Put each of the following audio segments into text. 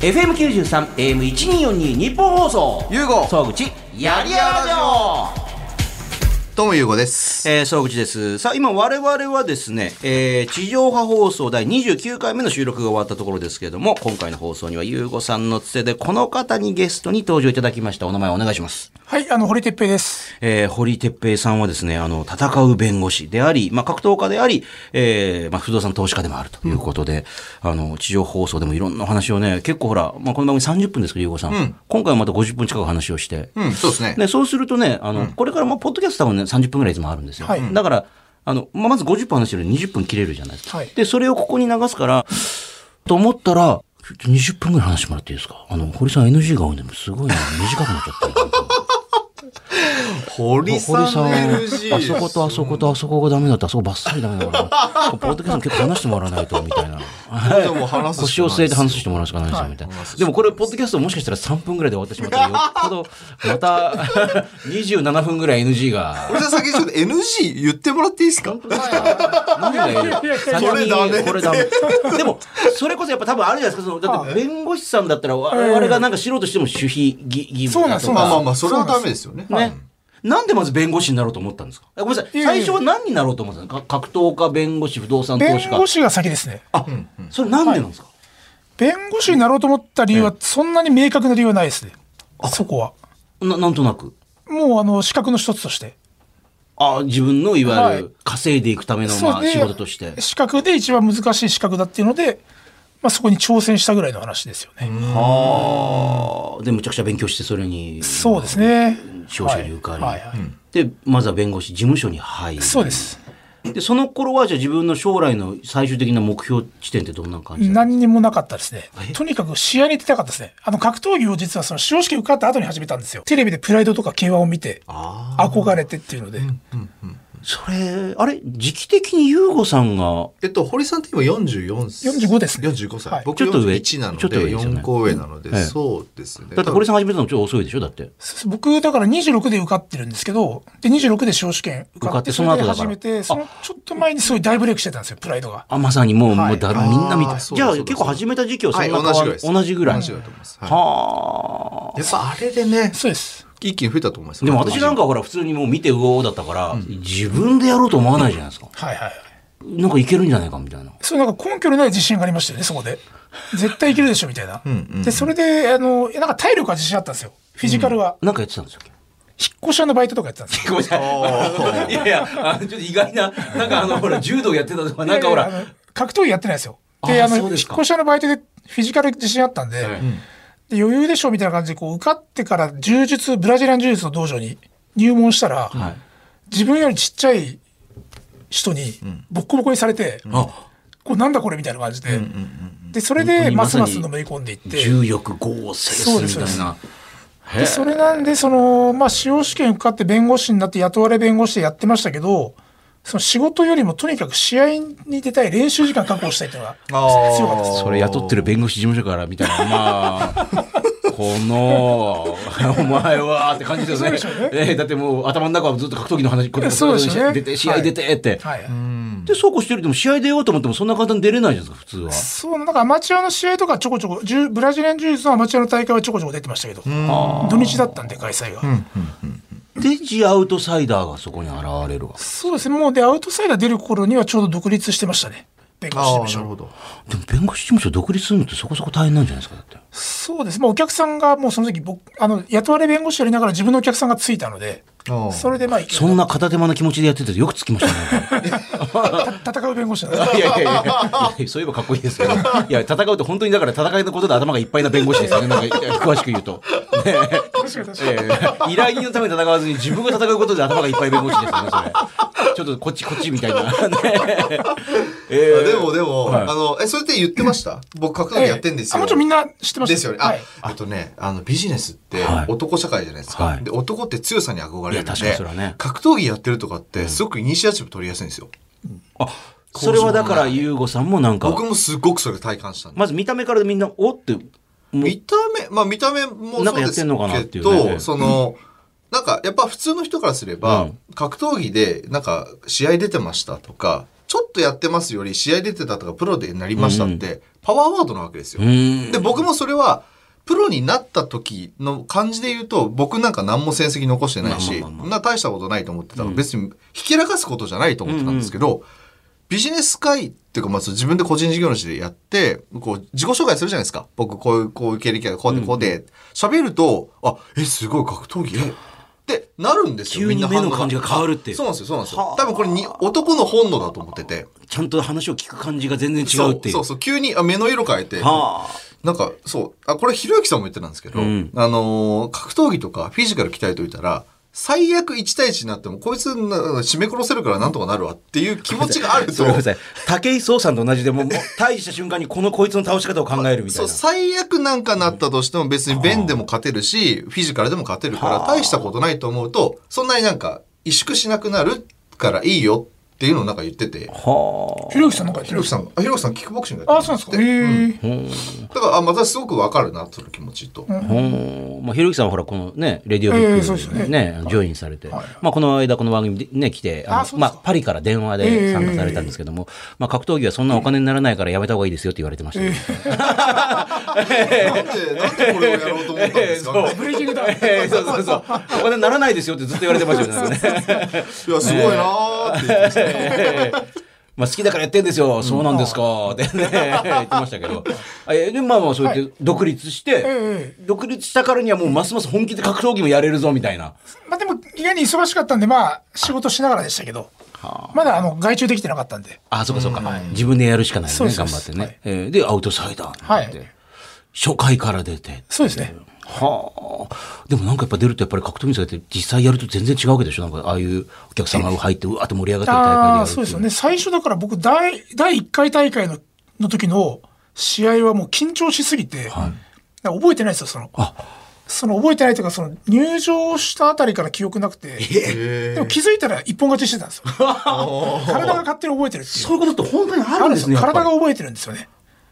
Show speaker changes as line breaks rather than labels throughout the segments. FM93、AM1242 日本放送。
ゆうご
総口、やりやらじょ
どうもゆうごです。
えー、総口です。さあ、今我々はですね、えー、地上波放送第29回目の収録が終わったところですけれども、今回の放送にはゆうごさんのつてで、この方にゲストに登場いただきました。お名前お願いします。
はい、あの、堀哲平です。
えー堀哲平さんはですね、あの、戦う弁護士であり、まあ、格闘家であり、えーまあ、不動産投資家でもあるということで、あの、地上放送でもいろんなお話をね、結構ほら、まあ、この番組30分ですけど、ゆうごさん。今回はまた50分近く話をして。
うん、そうですね。
ね、そうするとね、あの、これからまあ、ポッドキャスト多分ね、30分ぐらいいつもあるんですよ。
はい
だから、あの、まあ、まず50分話してるのに20分切れるじゃないですか。
はい
で、それをここに流すから、と思ったら、20分ぐらい話してもらっていいですかあの、堀さん NG が多いんで、もうすごいな、短くなっちゃった。
堀
堀さん、あそこ
あ
とあそことあそこがダメだった、あそこばっさりダメだから、ポッドキャストも結構話してもらわないと、みたいな。
じゃあもう話す
腰
しかな
を
い
据えて話すしてもらうしかないですよ、みたいな。でもこれ、ポッドキャストもしかしたら3分ぐらいで終わってしまったら、よっぽど、また27分ぐらい NG が。
堀さん先にちょっと NG 言ってもらっていいですか
何がいる先に
これダメ
これダメ。でも、それこそやっぱ多分あるじゃないですか。そのだって弁護士さんだったら、我々がなんか素人しても守秘義義務だと
そ
か。
う
まあ
なん
まあまあ、それはダメですよね。
ね。なんでまず弁護士になろうと思ったんですかえごめんなさい。
いやい
最
や
初は何になろうと思ったんですかか格闘家、弁護士、不動産投資
弁
家
護。士が先ですね。
あ、それなんでなんですか
弁護士になろうと思った理由は、そんなに明確な理由はないですね。そこは。
ななんとなく。
もう、あの、資格の一つとして。
あ自分のいわゆ
は
る稼いでいくための
そ
ま
う
あ
で
仕事として。
資格で一番難しい資格だっていうので、まあ、そこに挑戦したぐらいの話ですよね。
はあ。で、むちゃくちゃ勉強してそれに。
そうです。ね。
商社に受かり、
はいはいはい
でまずは弁護士事務所に入る
そうです。
でその頃はじゃあ自分の将来の最終的な目標地点ってどんな感じだ
何にもなかったですね。とにかく試合に出たかったですね。あの、格闘技を実はその、司法試験受かった後に始めたんですよ。テレビでプライドとか K1 を見て、
あ
憧れてっていうので。
それあれ時期的に優吾さんが
えっと、堀さんって今44歳。
45ですね
45歳。
はい
僕
ちょっと上
41なの
ちょっと上
で、
ですよね
4個上なので、
ええ
そうですね。
だって堀さん始めたのちょっと遅いでしょだって
そうそう僕、だから26で受かってるんですけど、で、26で司法試験受
受か
か
っ
ってて、
そ
そ
の後
れで
だから
初めて、そのちょっと前にすごい大ブレイクしてたんですよ、プライドが。
あまさにもう,、
はい
もうだみんな見た
あーそう
じ
だ
ゃあ
そうだ
結構始めた時期はそんな変わ
はい
ん
同じぐらい
同じぐらい
です同じぐらいだと思いますはい
はあ
やっぱあれでね、
そうです。
一気に増えたと思います。
でも私なん
か、
かほら普通にもう見てうおーだったから、自分でやろうと思わないじゃないですか、
はいはいはい。
なんかいけるんじゃないかみたいな
そうなんか根拠のない自信がありましたよね、そこで。絶対いけるでしょ、みたいな。
んうん
で、それで、あの、なんか体力は自信あったんですよ。フィジカルは。
なんかやってたんですよ
引っ越し屋のバイトとかやってたんですよ。
ごめんなさい。いやいや、あのちょっと意外な、なんかあの、ほら、柔道やってたとか、 なんかほ
いやいや
ら、
あの格闘技やってないですよ。
あ
で、
ー
あの、
そう
引っ
で
越
すか
し屋のバイトでフィジカル自信あったんで、
はい
で余裕でしょみたいな感じで、こう、受かってから柔術、ブラジリアン柔術の道場に入門したら、
はい
自分よりちっちゃい人にボッコボコにされて、
あ
こうなんだこれみたいな感じで、でそれでますますのめり込んでいって
重力合成するみたいな。
でそれなんでそのまあ司法試験受かって弁護士になって雇われ弁護士でやってましたけどその仕事よりもとにかく試合に出たい練習時間確保したいというのが強かったです
それ雇ってる弁護士事務所からみたい な、まあ、この、お前はって感じですよね。ええだってもう頭の中はずっと格闘技の話、これ
そうですよね
出て、試合出てって。
はい、
で、そうこうしてるでも試合出ようと思ってもそんな簡単に出れないじゃないですか、普通は。
そうなんかアマチュアの試合とかちょこちょこじゅブラジリアン柔術のアマチュアの大会はちょこちょこ出てましたけど土日だったんで開催が、
で、ジアウトサイダーがそこに現れるわけ
そうですねもうでアウトサイダー出る頃にはちょうど独立してましたね弁護士事
ああ、な
務
る
所
ほど。
でも弁護士事務所独立するのってそこそこ大変なんじゃないですかだって。
そうです。まあ、お客さんがもうその時僕、あの、雇われ弁護士やりながら自分のお客さんがついたので、
ああ
それでまあ、
そんな片手間の気持ちでやっててよくつきま したね。
た戦う弁護士なん
いや
で
いやいやいや、そういえばかっこいいですけど。いや、戦うって本当にだから戦いのことで頭がいっぱいな弁護士ですよね。なんか詳しく言うと。ねえええ依頼人のために戦わずに自分が戦うことで頭がいっぱい弁護士ですよね、それ。ちょっとこっちこっちみ たいな。ねええ
あでもでも、
はい
あの、え、それって言ってました僕、格闘技やってんです
ええあ
よ。
もちろんみんな知ってました
ですよね。あ
はい、
えっとね、あの、ビジネスって
はい
男社会じゃないです
は
か
い。
で、男って強さに憧れる
いや
の
確かに
で
それはね、
格闘技やってるとかって、すごくイニシアチブ取りやすいんですよ。
あそれはだから、ゆうごさんもなん
僕
か、
もすごくそれ体感したんで
まず見た目からみんな、おって、もう
見た目、まあ見た目も
なん
そ
か
う
や
で
って
す
んのかなって
け
いうね
ど、その、なんかやっぱ普通の人からすれ
う
ば
ん、
格闘技でなんか試合出てましたとか、ちょっとやってますより試合出てたとかプロでなりましたって、パワーワードなわけですよ。
ん
で、僕もそれは、プロになった時の感じで言うと、僕なんか何も成績残してないし、
まあまあまあまあ
そんな大したことないと思ってたら、別にひけらかすことじゃないと思ってたんですけど、ビジネス界っていうか、まあ、そう自分で個人事業主でやって、こう、自己紹介するじゃないですか。僕、こういう、こういう経歴がこうで、こうで。喋、ると、あ、え、すごい格闘技、えってなるんですよ。
急に
みんな反応が
目の感じが変わるって
そうなんですよ、そうなんですよ。多分これに、男の本能だと思ってて。
ちゃんと話を聞く感じが全然違うっていう。
そうそうそう急にあ目の色変えて
はあ。
なんかそうあこれひろゆきさんも言ってたんですけど、
うん
あのー格闘技とかフィジカル鍛えといたら最悪1対1になってもこいつな締め殺せるからなんとかなるわっていう気持ちがあると
それごめんなさい。武井壮さんと同じで、もう、もう退治した瞬間にこのこいつの倒し方を考えるみた
そ
いうな。
最悪なんかなったとしても別に弁でも勝てるしフィジカルでも勝てるから
はあ
大したことないと思うとそんなになんか萎縮しなくなるからいいよっていうのをなんか言ってて
は
ひろゆきさんなんかやっ
ひ
て
ろゆ
る
きさんあひろゆきさんキックボクシングやって
あ、
る
そうなんですか。
だ
へえ。
からあまたすごくわかるなその気持ちと。
あ。ほんまあ、ひろゆきさんはほら、このね、レディオビ
ええ
ッ
そ
グ
うですよ
にね、ジョインされて、
はい
まあ、この間、この番組でね、来て、
あ
あ
そ
の
うで
ますあ
か、
パリから電話
ええ
で参加されたんですけども、まあ、格闘技はそんなお金にならないからやめた方がいいですよって言われてましたね、
なんで、なんでこれをやろうと思った んですか、ね、
ブレーキングダウン。
ええそうそうそう。お金にならないですよってずっと言われてましたよね。
いや、すごいなーって言ってましたね。
ええまあ好きだからやってんですよ。そうなんですか。ってね、言ってましたけ ど。えで、まあまあ、そうやって独立して
え、
独立したからにはもうますます本気で格闘技もやれるぞ、みたいな。
まあでも、意外に忙しかったんで、まあ、仕事しながらでしたけど、まだ、あの、外注できてなかったんで。
あ、そうかそうか。自分でやるしかないよ
そうで
ね、
すそう
頑張
で
っ
す
てね。ええで、アウトサイダーって
は。
初回から出て。
そうですね。
はあ。でもなんかやっぱ出るとやっぱり格闘技されて実際やると全然違うわけでしょなんかああいうお客様が入ってうわーって盛り上がってる大会で
あ
やるっ
あ、
て
そ
いう
ですよね。最初だから僕、第、第1回大会の、の時の試合はもう緊張しすぎて、だから覚えてないですよ、その。その覚えてないというか、その入場したあたりから記憶なくて、でも気づいたら一本勝ちしてたんです よ。体が勝手に覚えてるっていう。
そういうことって本当にあるんですね。やっぱり
体が覚えてるんですよね。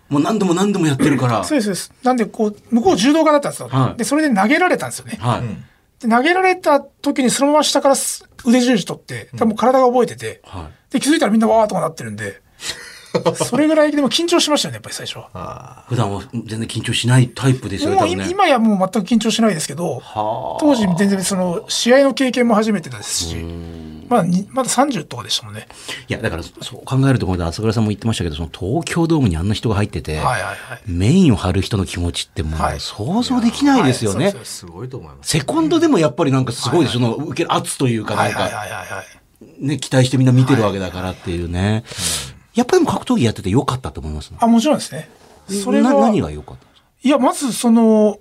もう何度も何度もやってるから。
そうですそうです。なんで、こう、向こう柔道家だったんですよ。
はい
で、それで投げられたんですよね。
はい。
で投げられた時にそのまま下からす腕十字取って、多分もう体が覚えてて、
はい
で、気づいたらみんなわーっとかなってる んで、それぐらいでも緊張しましたよね、やっぱり最初は。
普段は全然緊張しないタイプですよね、
も
多
う
分ね。
今やもう全く緊張しないですけど、当時全然その試合の経験も初めてですし、まだにまだ30とかでしたもんね。
いや、だから、そう考えると、この間朝倉さんも言ってましたけど、その東京ドームにあんな人が入ってて、
はいはいはい。
メインを張る人の気持ちっても
は
う
い
想像できないですよね。
はいそうです
すごいと思います。
セコンドでもやっぱりなんかすごいでしょ、その受ける圧というか、
は
ないん
はい
か、
はいはいはい。
ね、期待してみんな見てるわけだからっていうね。やっぱりでも格闘技やっててよかったと思いますね
あ、もちろんですね。それ
な
は、
何が良かったんですか
いや、まずその、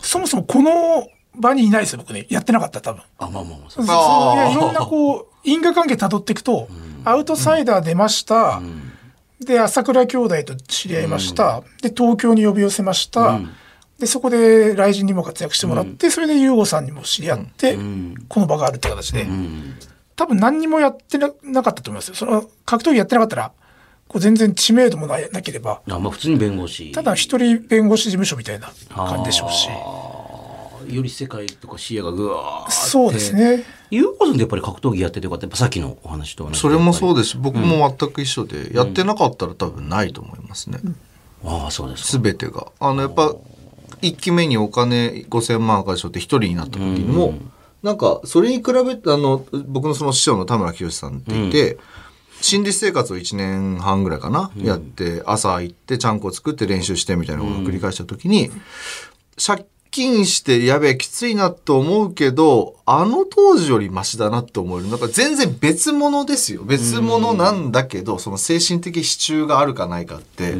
そもそもこの場にいないですよ、僕ね。やってなかった、多分。
あ、まあまあまあ、そ
そうう
あー
いやいろんなこう因果関係辿っていくと、アウトサイダー出ました、で朝倉兄弟と知り合いました、で東京に呼び寄せました、でそこで雷神にも活躍してもらって、それで優吾さんにも知り合って、この場があるって形で、多分何にもやってななかったと思いますよその格闘技やってなかったらこう全然知名度もないなければ
あまあ普通に弁護士。
ただ一人弁護士事務所みたいな感じでしょうし
より世界とか視野がぐわーって
そうですね
ゆうこさんってやっぱり格闘技やっててよかった。やっぱさっきのお話とは。
それもそううですし、僕も全く一緒で、やってなかったら多分ないと思いますね。
ああ、そうです
すべてが。あの、やっぱ、1期目にお金5000万赤字取って1人になった時にも、なんか、それに比べて、あの、僕のその師匠の田村清さんっていて、心理生活を1年半ぐらいかな、やって、朝行って、ちゃんこ作って練習してみたいなことを繰り返した時に、借金してやべえきついなと思うけどあの当時よりマシだなと思えるなんか全然別物ですよ別物なんだけどその精神的支柱があるかないかって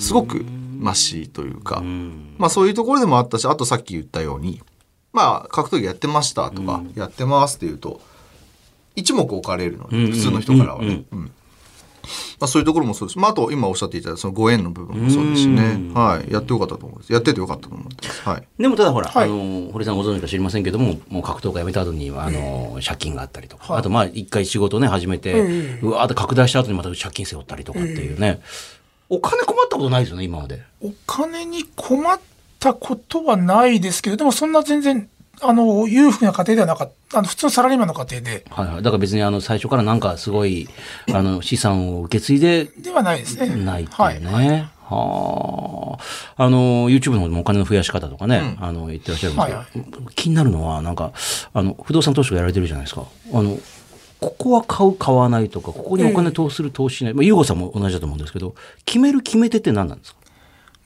すごくマシというかまあそういうところでもあったしあとさっき言ったようにまあ格闘技やってましたとかやってますっていうと一目置かれるので普通の人からはね。うんまあ、そういうところもそうです。まあ、あと、今おっしゃっていただいた、そのご縁の部分もそうですしね。はい。やってよかったと思います。やっててよかったと思います。はい。
でもただほら、
はい
あの、堀さんご存知か知りませんけども、もう格闘家辞めた後には、あの、借金があったりとか、あとまあ一回仕事をね、始めて、うわーって拡大した後にまた借金背負ったりとかっていうね、お金困ったことないですよね、今まで。
お金に困ったことはないですけど、でもそんな全然あの、裕福な家庭ではなかった、あの普通のサラリーマンの家庭で、
はいはい。だから別にあの最初からなんかすごい、あの資産を受け継いで
ではないですね。
ないって
はいい。
うね。はあ。あの、YouTube の方でもお金の増やし方とかね、あの、言ってらっしゃるんですけど、
は
気になるのは、なんか、あの、不動産投資がやられてるじゃないですか。あの、ここは買う、買わないとか、ここにお金投資する、投資しない。まあ、ゆうごさんも同じだと思うんですけど、決める決め手って何なんですか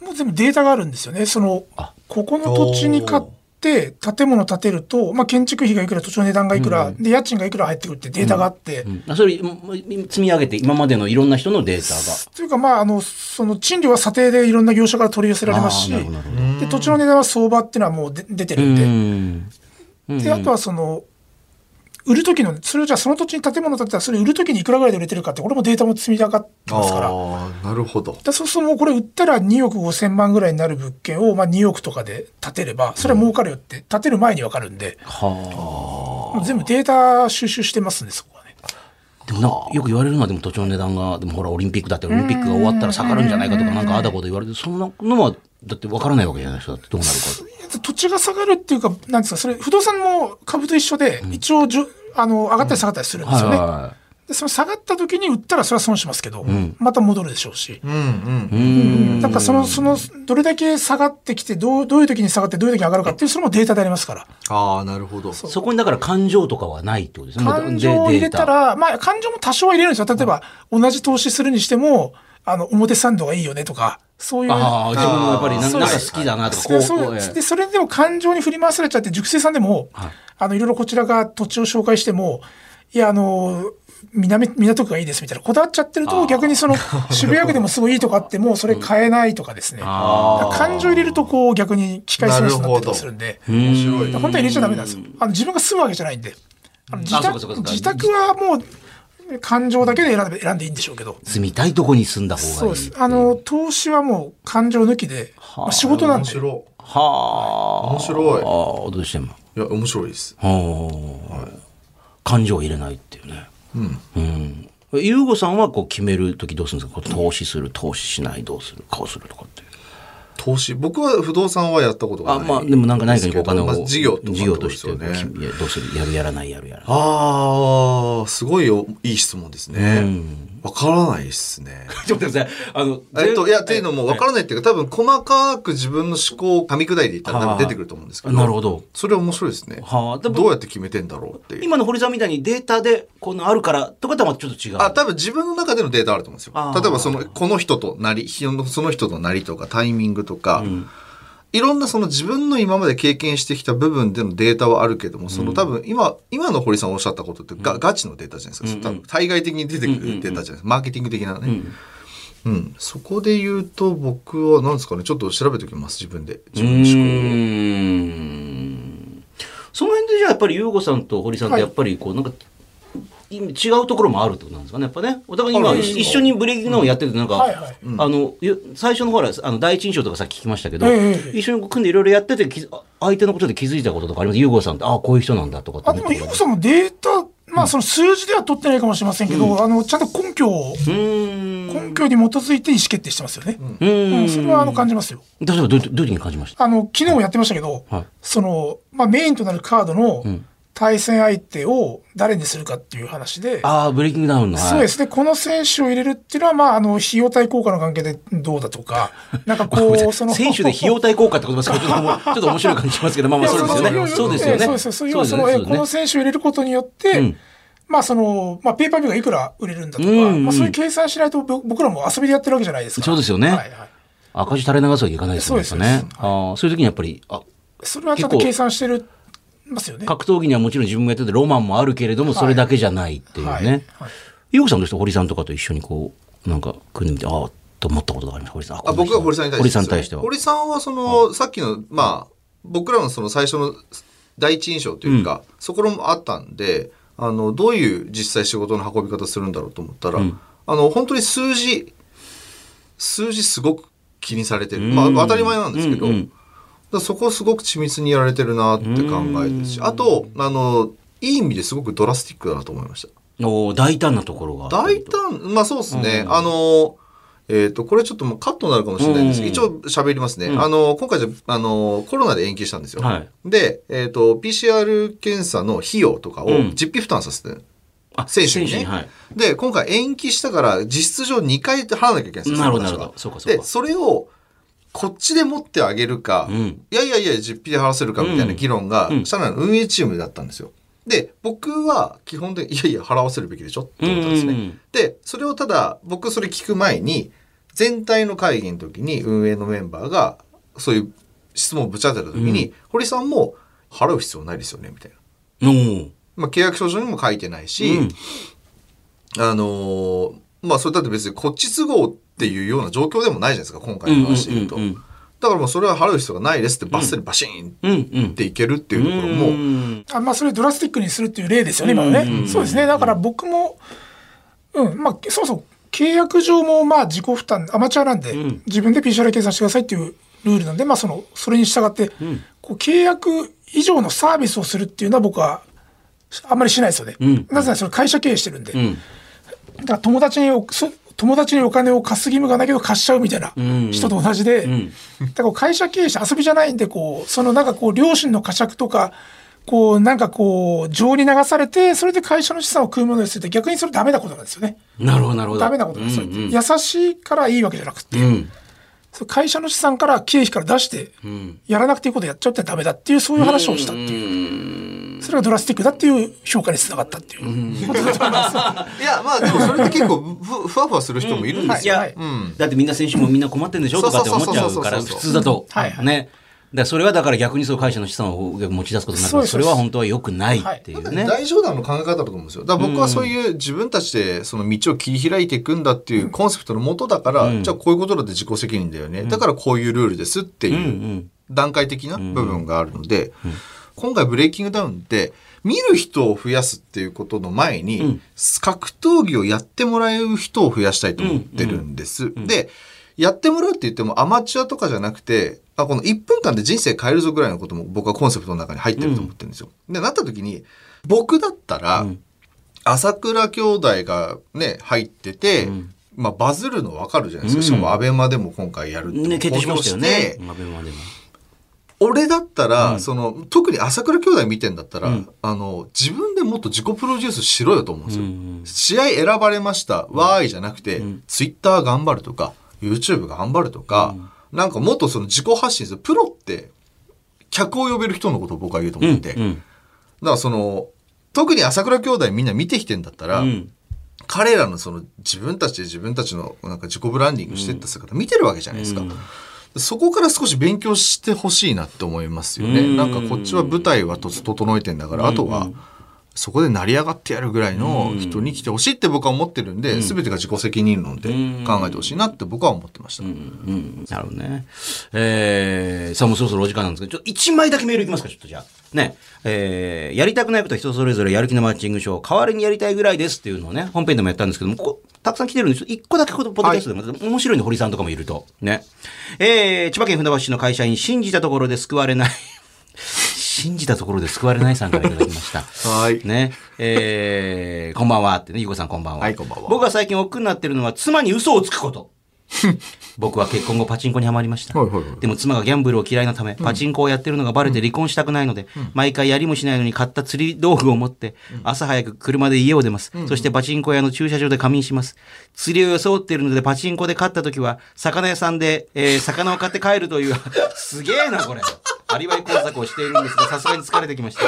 もう全部データがあるんですよね。その
あ、
ここの土地に買って、建物建てると、まあ、建築費がいくら、土地の値段がいくら、で、家賃がいくら入ってくるってデータがあって、
うんあそれ、うん積み上げて、今までのいろんな人のデータが。
というか、まあ、あの、その賃料は査定でいろんな業者から取り寄せられますし、
あーなるほどなるほ
で、土地の値段は相場っていうのはもうで出てるんで、
ん。
で、あとはその、売る時の、それをじゃあその土地に建物建てたら、それ売る時にいくらぐらいで売れてるかって、これもデータも積み上がってますから。
ああ、なるほど。
だそうするともうこれ売ったら2億5千万ぐらいになる物件をまあ2億とかで建てれば、それは儲かるよって、建てる前に分かるんで、
は
もう全部データ収集してますね、そこはね。
あ。でもな、よく言われるのは、でも土地の値段が、でもほら、オリンピックだって、オリンピックが終わったら下がるんじゃないかとか、なんかあだこだ言われて、そんなのは、だって分からないわけじゃないですか。だってどうなるか。
土地が下がるっていうか、なんですか、それ、不動産も株と一緒で、一応じょ、あの、上がったり下がったりするんですよね。
は
で、その下がった時に売ったら、それは損しますけど、また戻るでしょうし。
うんうん。
い。うん。
だからその、その、どれだけ下がってきて、どう、どういう時に下がって、どういう時に上がるかっていう、それもデータでありますから。
ああ、なるほど。
そこにだから感情とかはないってことですね。
感情を入れたら、まあ、感情も多少は入れるんですよ。例えば、同じ投資するにしても、あの、表参道がいいよねとか、そういう。
ああ、自分もやっぱりな、
そう
な
で
ん
す
か好きだなとか、こ、
そうう
こう
で
え
でそれでも感情に振り回されちゃって、熟成さんでも、
はい
い、あの、いろいろこちらが土地を紹介しても、いや、あの、南、港区がいいですみたいな、こだわっちゃってると、逆にその、 渋谷区でもすごいいいとかあっても、それ買えないとかですね。
あ
感情入れると、こう、逆に機械損失になったりとかするんで、
面
白い
本当は入れちゃダメなんですよ。あの、自分が住むわけじゃないんで。あの自
あそう
宅
かそうかそうか
自宅はもう、感情だけで選んで選んでいいんでしょうけど。
住みたいとこに住んだ方
そう
がい
で
い
す。。あの、投資はもう感情抜きで、まあ仕事なん
面
で。
白
はあ。
面白い
ああ、どうしても。
い。いや、面白いです。
はあ。感情を入れないっていうね。うん。ゆうごさんはこう決めるときどうするんですかこう投資する、投資しない、どうする、こうするとかっていう。
投資。僕は不動産はやったことが
あ、
ない。
まあ、でもなんか何かにこうお金
まあ
を。
事業とか
事業として
っ
こ
て
う、
ことですよね
きいやどうする、やるやらない、やるやらない。
ああ、すごいよ、いい質問ですね
ん。
わからないですね。
ちょっと待ってください。 あの、
えっと、いや、っていう
全
のも分からないっていうか、多分細かく自分の思考を噛み砕いていったら多分出てくると思うんですけど。
なるほど。
それは面白いですね。
はあでも
どうやって決めてんだろうっていう。
今の堀さんみたいにデータでこんなのあるからとかとはちょっと違う。
あ、多分自分の中でのデータあると思うんですよ
あ。ー
例えばその、この人となり、ひその人となりとかタイミングとか、いろんなその自分の今まで経験してきた部分でのデータはあるけども、その多分今、今の堀さんおっしゃったことってが、ガチのデータじゃないですか。多分対外的に出てくるデータじゃないですか。マーケティング的なね。うん、そこで言うと僕は何ですかねちょっと調べておきます自分で自分の思考を
うーんその辺でじゃあやっぱり優子さんと堀さんって
はい
やっぱりこうなんか、い違うところもあるってことなんですかねやっぱねお互いに
あ
今
るんですか
一緒にブレーキのをやってるとなんか、
はいはい
あのゆ最初のほらあの第一印象とかさっき聞きましたけど、
ええ
一緒にこう組んでいろいろやってて気づあ相手のことで気づいたこととかあります優子さんってああこういう人なんだとかって
あ、
思
で
った
も、ゆ
こ
うことさんもデータ、まあ、その数字では取ってないかもしれませんけど、あの、ちゃんと根拠を、
うーん
根拠に基づいて意思決定してますよね。
う
うん、
ー
それ
ん
は、あの、感じますよ。
例えばどういうどういう時に感じました
あの、昨日もやってましたけど、
はい
その、まあ、メインとなるカードの
ん
対戦相手を誰にするかっていう話で、
ああブレイキングダウンのはい
そうですね、この選手を入れるっていうのは、まあ、あの、費用対効果の関係でどうだとか、なんか こう、その、
選手で費用対効果ってことですから、ちょっと もうちょっと面白い感じしますけど、まあ
い
まあ
や
そうですよね。そでよ
そううですすよ
ね。
ねそうですそうです要
で
は
す
そ
よねそう
の、え
です
こ
よ
の
ね
選手を入れることによって、
ん
まあその、まあペーパービューがいくら売れるんだとか、
うんうん
まあそういう計算しないと僕僕らも遊びでやってるわけじゃないですか。
そうですよね
はいはい。
赤字垂れ流すわけいかないですよね。
そうです
やっぱねああそういう時にやっぱり、あ
それはちゃんと
結構
計算してる、ますよね。
格闘技にはもちろん自分がやっててロマンもあるけれども、それだけじゃないっていう
はい
ね
はい。
ゆうこさんとして堀さんとかと一緒にこう、なんか組んでみて、ああ、と思ったことがあります。堀さん。
あ僕は堀さんに対して
堀さんに対しては。
堀さんはその、さっきのまあ僕らのその最初の第一印象というか、そこもあったんであのどういう実際仕事の運び方するんだろうと思ったら、あの本当に数字数字すごく気にされてる、まあ、当たり前なんですけど、
うんうん
だからそこをすごく緻密にやられてるなって考えですしあとあのいい意味ですごくドラスティックだなと思いました。
おー大胆なところが。
大胆まあそうですね、あのえっ、と、これちょっともうカットになるかもしれないんですけど、一応喋りますね。あの、今回じゃ、あの、コロナで延期したんですよ。
はい
で、えっ、と、PCR 検査の費用とかを
うん
実費負担させて、
あ
選手にね
はい。
で、今回延期したから、実質上2回払わなきゃいけないんですよ。
なるほど、な
そ
る
の話
ほ
は
ど。そうか、そう
で、
か。
それを、こっちで持ってあげるか、
うん。
いやいやいや、実費で払わせるかみたいな議論が
う、ん
社内の運営チームだったんですよ。で、僕は基本的に、いやいや、払わせるべきでしょって思ったんですね。
うん
で、それをただ、僕それ聞く前に、全体の会議の時に運営のメンバーが、そういう質問をぶち当てた時に、堀さんも、払う必要ないですよね、みたいな。
おー
まあ、契約書上にも書いてないし、
うん
あのーまあ、それだって別にこっち都合っていうような状況でもないじゃないですか、今回の話で言うと。
うんうん
だからもうそれは払う必要がないですってバッサリバシーンっ
うんうん。
ていけるっていうところも、
うん
あまあ、それをドラスティックにするっていう例ですよね、今のね。そうですね。だから僕も、うん、まあ、そもそも契約上も、まあ、自己負担、アマチュアなんで、
ん
自分で PCR 検査してくださいっていうルールなんで、まあ、その、それに従って、こう契約以上のサービスをするっていうのは僕は、あんまりしないですよね。
ん
なぜならそれ会社経営してるんで。
ん
だから友達におそ友達にお金を貸す義務がないけど貸しちゃうみたいな
うん
人と同じで、
ん
だからこう会社経営者遊びじゃないんでこうそのなんかこう両親の呵責とかこうなんかこう情に流されてそれで会社の資産を食うものにするって逆にそれダメなことなんですよね
なるほど、なるほど。
ダメなことなんですよ、
うんうん
優しいからいいわけじゃなくて、
うん。
その会社の資産から経費から出して
ん
やらなくていいことやっちゃうってダメだっていうそういう話をしたっていう、それがドラスティックだっていう評価につながったっていうことだと思います、
いやまあでもそれって結構ふふわふわする人もいるんです
い
よ、
や、だってみんな選手もみんな困ってんでしょ
そう
と
そ
かっ
う
て思っちゃうから、
そうそうそうそう
普通だと
はいは。い
ね。だからそれはだから逆にそう会社の資産を持ち出すことになる
そう
から
です
それは本当は良くないってい
だ
う
って
ね。
大冗談の考え方だと思うんですよだから僕はそういう自分たちでその道を切り開いていくんだっていうコンセプトのもとだから、じゃあこういうことだって自己責任だよね、だからこういうルールですって
うんう。
いうん段階的な部分があるので、今回ブレイキングダウンって見る人を増やすっていうことの前に、
ん
格闘技をやってもらえる人を増やしたいと思ってるんです。で、やってもらうって言ってもアマチュアとかじゃなくて、あこの1分間で人生変えるぞぐらいのことも僕はコンセプトの中に入ってると思ってるんですよ。で、なった時に、僕だったら、朝倉兄弟がね、入ってて、まあバズるの分かるじゃないですか。しかもアベマでも今回やるって
ね、決定しましたよね
公表して。
アベマでも。
俺だったら、その特に朝倉兄弟見てんだったら、あの自分でもっと自己プロデュースしろよと思うんですよ、
ん
試合選ばれました、わーいじゃなくて、ツイッター頑張るとか YouTube 頑張るとか、なんかもっとその自己発信するプロって客を呼べる人のことを僕は言うと
う
思っ
ん
て、
う
だ
ん。
からその特に朝倉兄弟みんな見てきてんだったら、
うん。
彼らのその自分たちで自分たちのなんか自己ブランディングしてった姿見てるわけじゃないですか、そこから少し勉強してほしいなって思いますよね、
うん
なんかこっちは舞台はと整えてんだから、あとはそこで成り上がってやるぐらいの人に来てほしいって僕は思ってるんで、全てが自己責任論で考えてほしいなって僕は思ってました、
うんなるほどね。えー、さあもうそろそろお時間なんですけど、ちょっと1枚だけメールいきますか、ちょっとじゃあ。ね。えー、やりたくないことは人それぞれやる気のマッチングショー、代わりにやりたいぐらいですっていうのをね、本編でもやったんですけども、ここ、たくさん来てるんです一個だけこのポッドキャストでも、面白いんで、堀さんとかもいると。ね。えー、千葉県船橋市の会社員、信じたところで救われない。 信じたところで救われないさんからいただきました。
はい
ね。えー、こんばんはってね、ゆうこさんこんばんは。
はいこんばんは
僕が最近億劫になってるのは、妻に嘘をつくこと。僕は結婚後パチンコにはまりました。
はいはいはい
でも妻がギャンブルを嫌いなため、パチンコをやってるのがバレて離婚したくないので、毎回やりもしないのに買った釣り道具を持って、朝早く車で家を出ます。そしてパチンコ屋の駐車場で仮眠します。釣りを装っているのでパチンコで買った時は、魚屋さんで、えー魚を買って帰るという、 すげえなこれ。アリバイ工作をしているんですが、さすがに疲れてきました。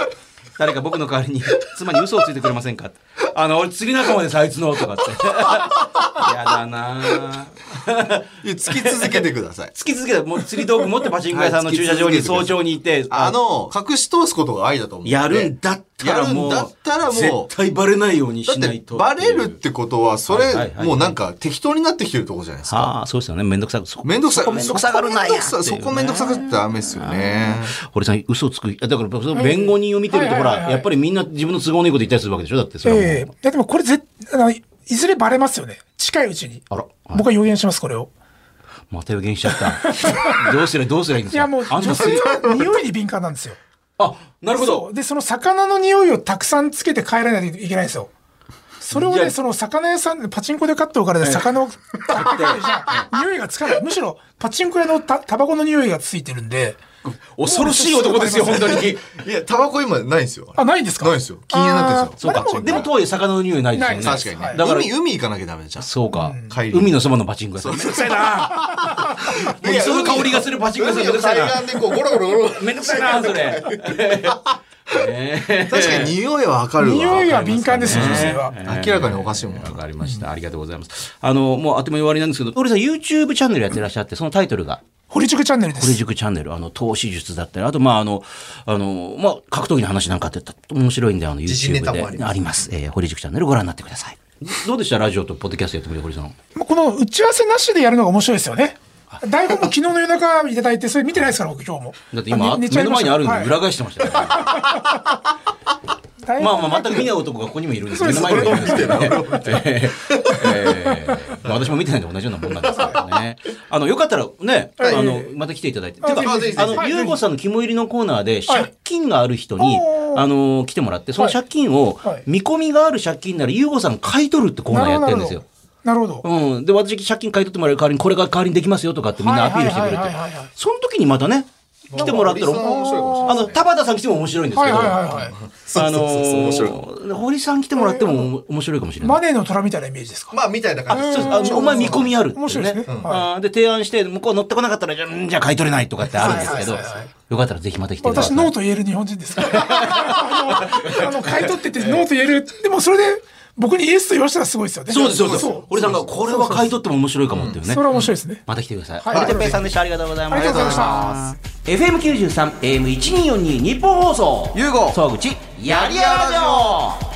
誰か僕の代わりに妻に嘘をついてくれませんかあの、俺釣り仲間です、あいつの、とかって。 やだなぁ。
いや突き続けてください
突き続けたもう釣り道具持ってパチンコ屋さんの駐車場に早朝に行って、
あの隠し通すことが愛だと思うんで
やるんだったらもう、
やるんだったらもう
絶対バレないように
だっ
しない
て
と。
バレるってことはそ
はい
れ
はいはいはい
もうなんか適当になってきてるとこじゃないですか
ああ、そうですよね。めんどくさく。
めんどくさい
そこめんどくさがるなやっていうね
そこめんどくさがってダメですよね
堀さん、嘘つく。だから、その弁護人を見てると、
はい
ほ
はいはいは
ら、
い
やっぱりみんな自分の都合のいいこと言ったりするわけでしょだって、それはもう。
ええいやでもこれぜあのいいずれバレますよね近いうちに
あらはい
僕は予言しますこれを
また予言しちゃ った。どうすりゃどうすりゃいいんで
い
すか
やもう
あん
女
たす
性
り
は匂いに敏感なんですよ
あ、なるほ
そ
ど
う。でその魚の匂いをたくさんつけて帰らないといけないんですよそれを
じゃ
ね、
あ
その魚屋さんでパチンコで買ったお金で魚を買ってるじゃん匂いがつかない。むしろパチンコ屋のたタバコの匂いがついてるんで、
恐ろしい男ですよ、本当 に。
いや、タバコ今ないんですよ。
あ、ないんですか
ないですよ禁煙になってるんです
そう
あー
か
まあ。
でも、とはいえ、魚の匂いないですよね。
ない
確かに
は
ね。
い
だから
海、海行かなきゃダメじゃん。
そうか。
海里
海のそばのパチンコ屋さん。めんどくさいな。
いや
その香りがするパチンコ屋さんめんど
海を
くさいな。
海岸でこう、ゴロゴロゴロ。
めんどくさいな、それ。
確かに匂いはわかるわ。
匂いは敏感ですよ、女性は。
明らかにおかしいもんな
わかりました。ありがとうございます。あの、もうあっという間に終わりなんですけど、堀さん YouTube チャンネルやってらっしゃって、そのタイトルが、
堀塾チャンネルで
堀
す。
塾チャンネル、あの、投資術だったり、あと、まあ、あの、あの、まあ、格闘技の話なんかって面白いんで、あの、
信
YouTube
ネタ
で
もあります
あります。えー堀塾チャンネルご覧になってください。どうでしたラジオとポッドキャストやってみて、堀さん。
まあこの打ち合わせなしでやるのが面白いですよね。台本も昨日の夜中いただいて、それ見てないですから、僕今日も。
だって今、
あ
目
寝ちゃい
の
ま
前
し
に
た
あるんで裏
はい
返してましたよ、ね。
台
ま
本
あまあ、全く見ない男がここにもいるんです。
そう
目
で
の前にもい
す
るんですけどね。ええ まあ私も見てないんで同じようなもんなんですけどね。あの、よかったらね、
はい
あの、また来ていただいて。て
あ
か、
ぜひぜひ
あの、
はい
ゆうごさんの肝入りのコーナーで、
はい
借金がある人に
お、ー
あの、来てもらって、その
はい
借金を
はい、
見込みがある借金なら、ゆうごさん買い取るってコーナーやってるんですよ。
なるほど。
うん。で、私、借金買い取ってもらえる代わりに、これが代わりにできますよとかってみんなアピールしてくれて
はいはいはいはいはい。
その時にまたね、来てもらったら、
リスナー面白いかもしれない
あの、田畑さん来ても面白いんです
は
け
い
ど、
はいはいは
あの
そうそうそう面白
ー、堀さん来てもらっても面白いかもしれ
い。
ない。
マネーの虎みたいなイメージですか。
まあ、みたいな感じ
そう
で。
ですすあのお前見込みあるって、ね。
面白いですね
うん
は
あーで、提案して、向こう乗ってこなかったら、じゃあうんじゃあ買い取れないとかってあるんですけど、
はいはいはいはい
よかったらぜひまた来てくださ
私
い。
ノーと言える日本人で すからあのあの買い取っててノーと言えるでもそれで僕にイエスと言わせたらすごいですよね
そうです、そうです
そ。
堀さんが、これは買い取っても面白いかもっていう
う
ね
そ。れは面白いですね
また来てください。
はい
堀哲平さんでした。ありがとうござい
あ
ま
り
し
がとうござい
た
まし。た
FM93、AM1242、日本放送。
ゆうご
沢口、やりやらじょう